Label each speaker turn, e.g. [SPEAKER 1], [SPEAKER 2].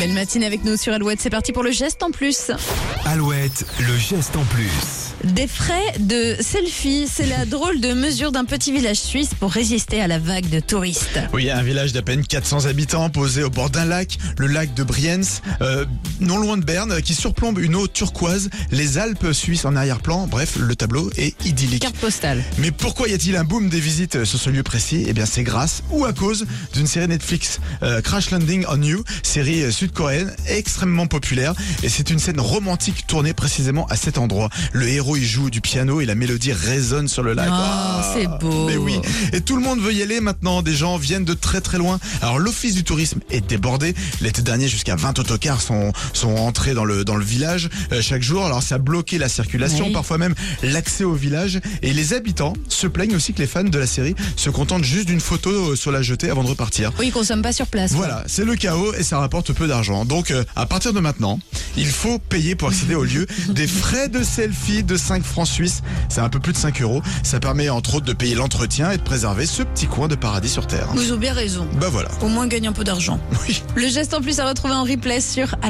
[SPEAKER 1] Belle matinée avec nous sur Alouette. C'est parti pour le geste en plus.
[SPEAKER 2] Alouette, le geste en plus.
[SPEAKER 1] Des frais de selfie, c'est la drôle de mesure d'un petit village suisse pour résister à la vague de touristes.
[SPEAKER 3] Oui, un village d'à peine 400 habitants posé au bord d'un lac, le lac de Brienz, euh, non loin de Berne, qui surplombe une eau turquoise, les Alpes suisses en arrière-plan. Bref, le tableau est idyllique.
[SPEAKER 1] Carte postale.
[SPEAKER 3] Mais pourquoi y a-t-il un boom des visites sur ce lieu précis Eh bien, c'est grâce ou à cause d'une série Netflix, euh, Crash Landing on You, série euh, sud-coréenne extrêmement populaire. Et c'est une scène romantique tournée précisément à cet endroit. Le héros y joue du piano et la mélodie résonne sur le lac.
[SPEAKER 1] Oh,
[SPEAKER 3] Ah,
[SPEAKER 1] c'est beau.
[SPEAKER 3] Mais oui. Et tout le monde veut y aller maintenant. Des gens viennent de très très loin. Alors l'office du tourisme est débordé. L'été dernier, jusqu'à 20 autocars sont sont entrés dans le dans le village euh, chaque jour. Alors ça a bloqué la circulation,
[SPEAKER 1] Oui.
[SPEAKER 3] parfois même l'accès au village. Et les habitants se plaignent aussi que les fans de la série se contentent juste d'une photo euh, sur la jetée avant de repartir.
[SPEAKER 1] Oui, ils consomment pas sur place. quoi.
[SPEAKER 3] Voilà, c'est le chaos et ça rapporte peu d'argent. Donc, euh, à partir de maintenant, il faut payer pour accéder au lieu des frais de selfie de 5 francs suisses. C'est un peu plus de 5 euros. Ça permet entre autres de payer l'entretien et de préserver ce petit coin de paradis sur Terre.
[SPEAKER 1] Vous avez bien raison.
[SPEAKER 3] Bah voilà.
[SPEAKER 1] Au moins gagne un peu d'argent.
[SPEAKER 3] Oui.
[SPEAKER 1] Le geste en plus à retrouver en replay sur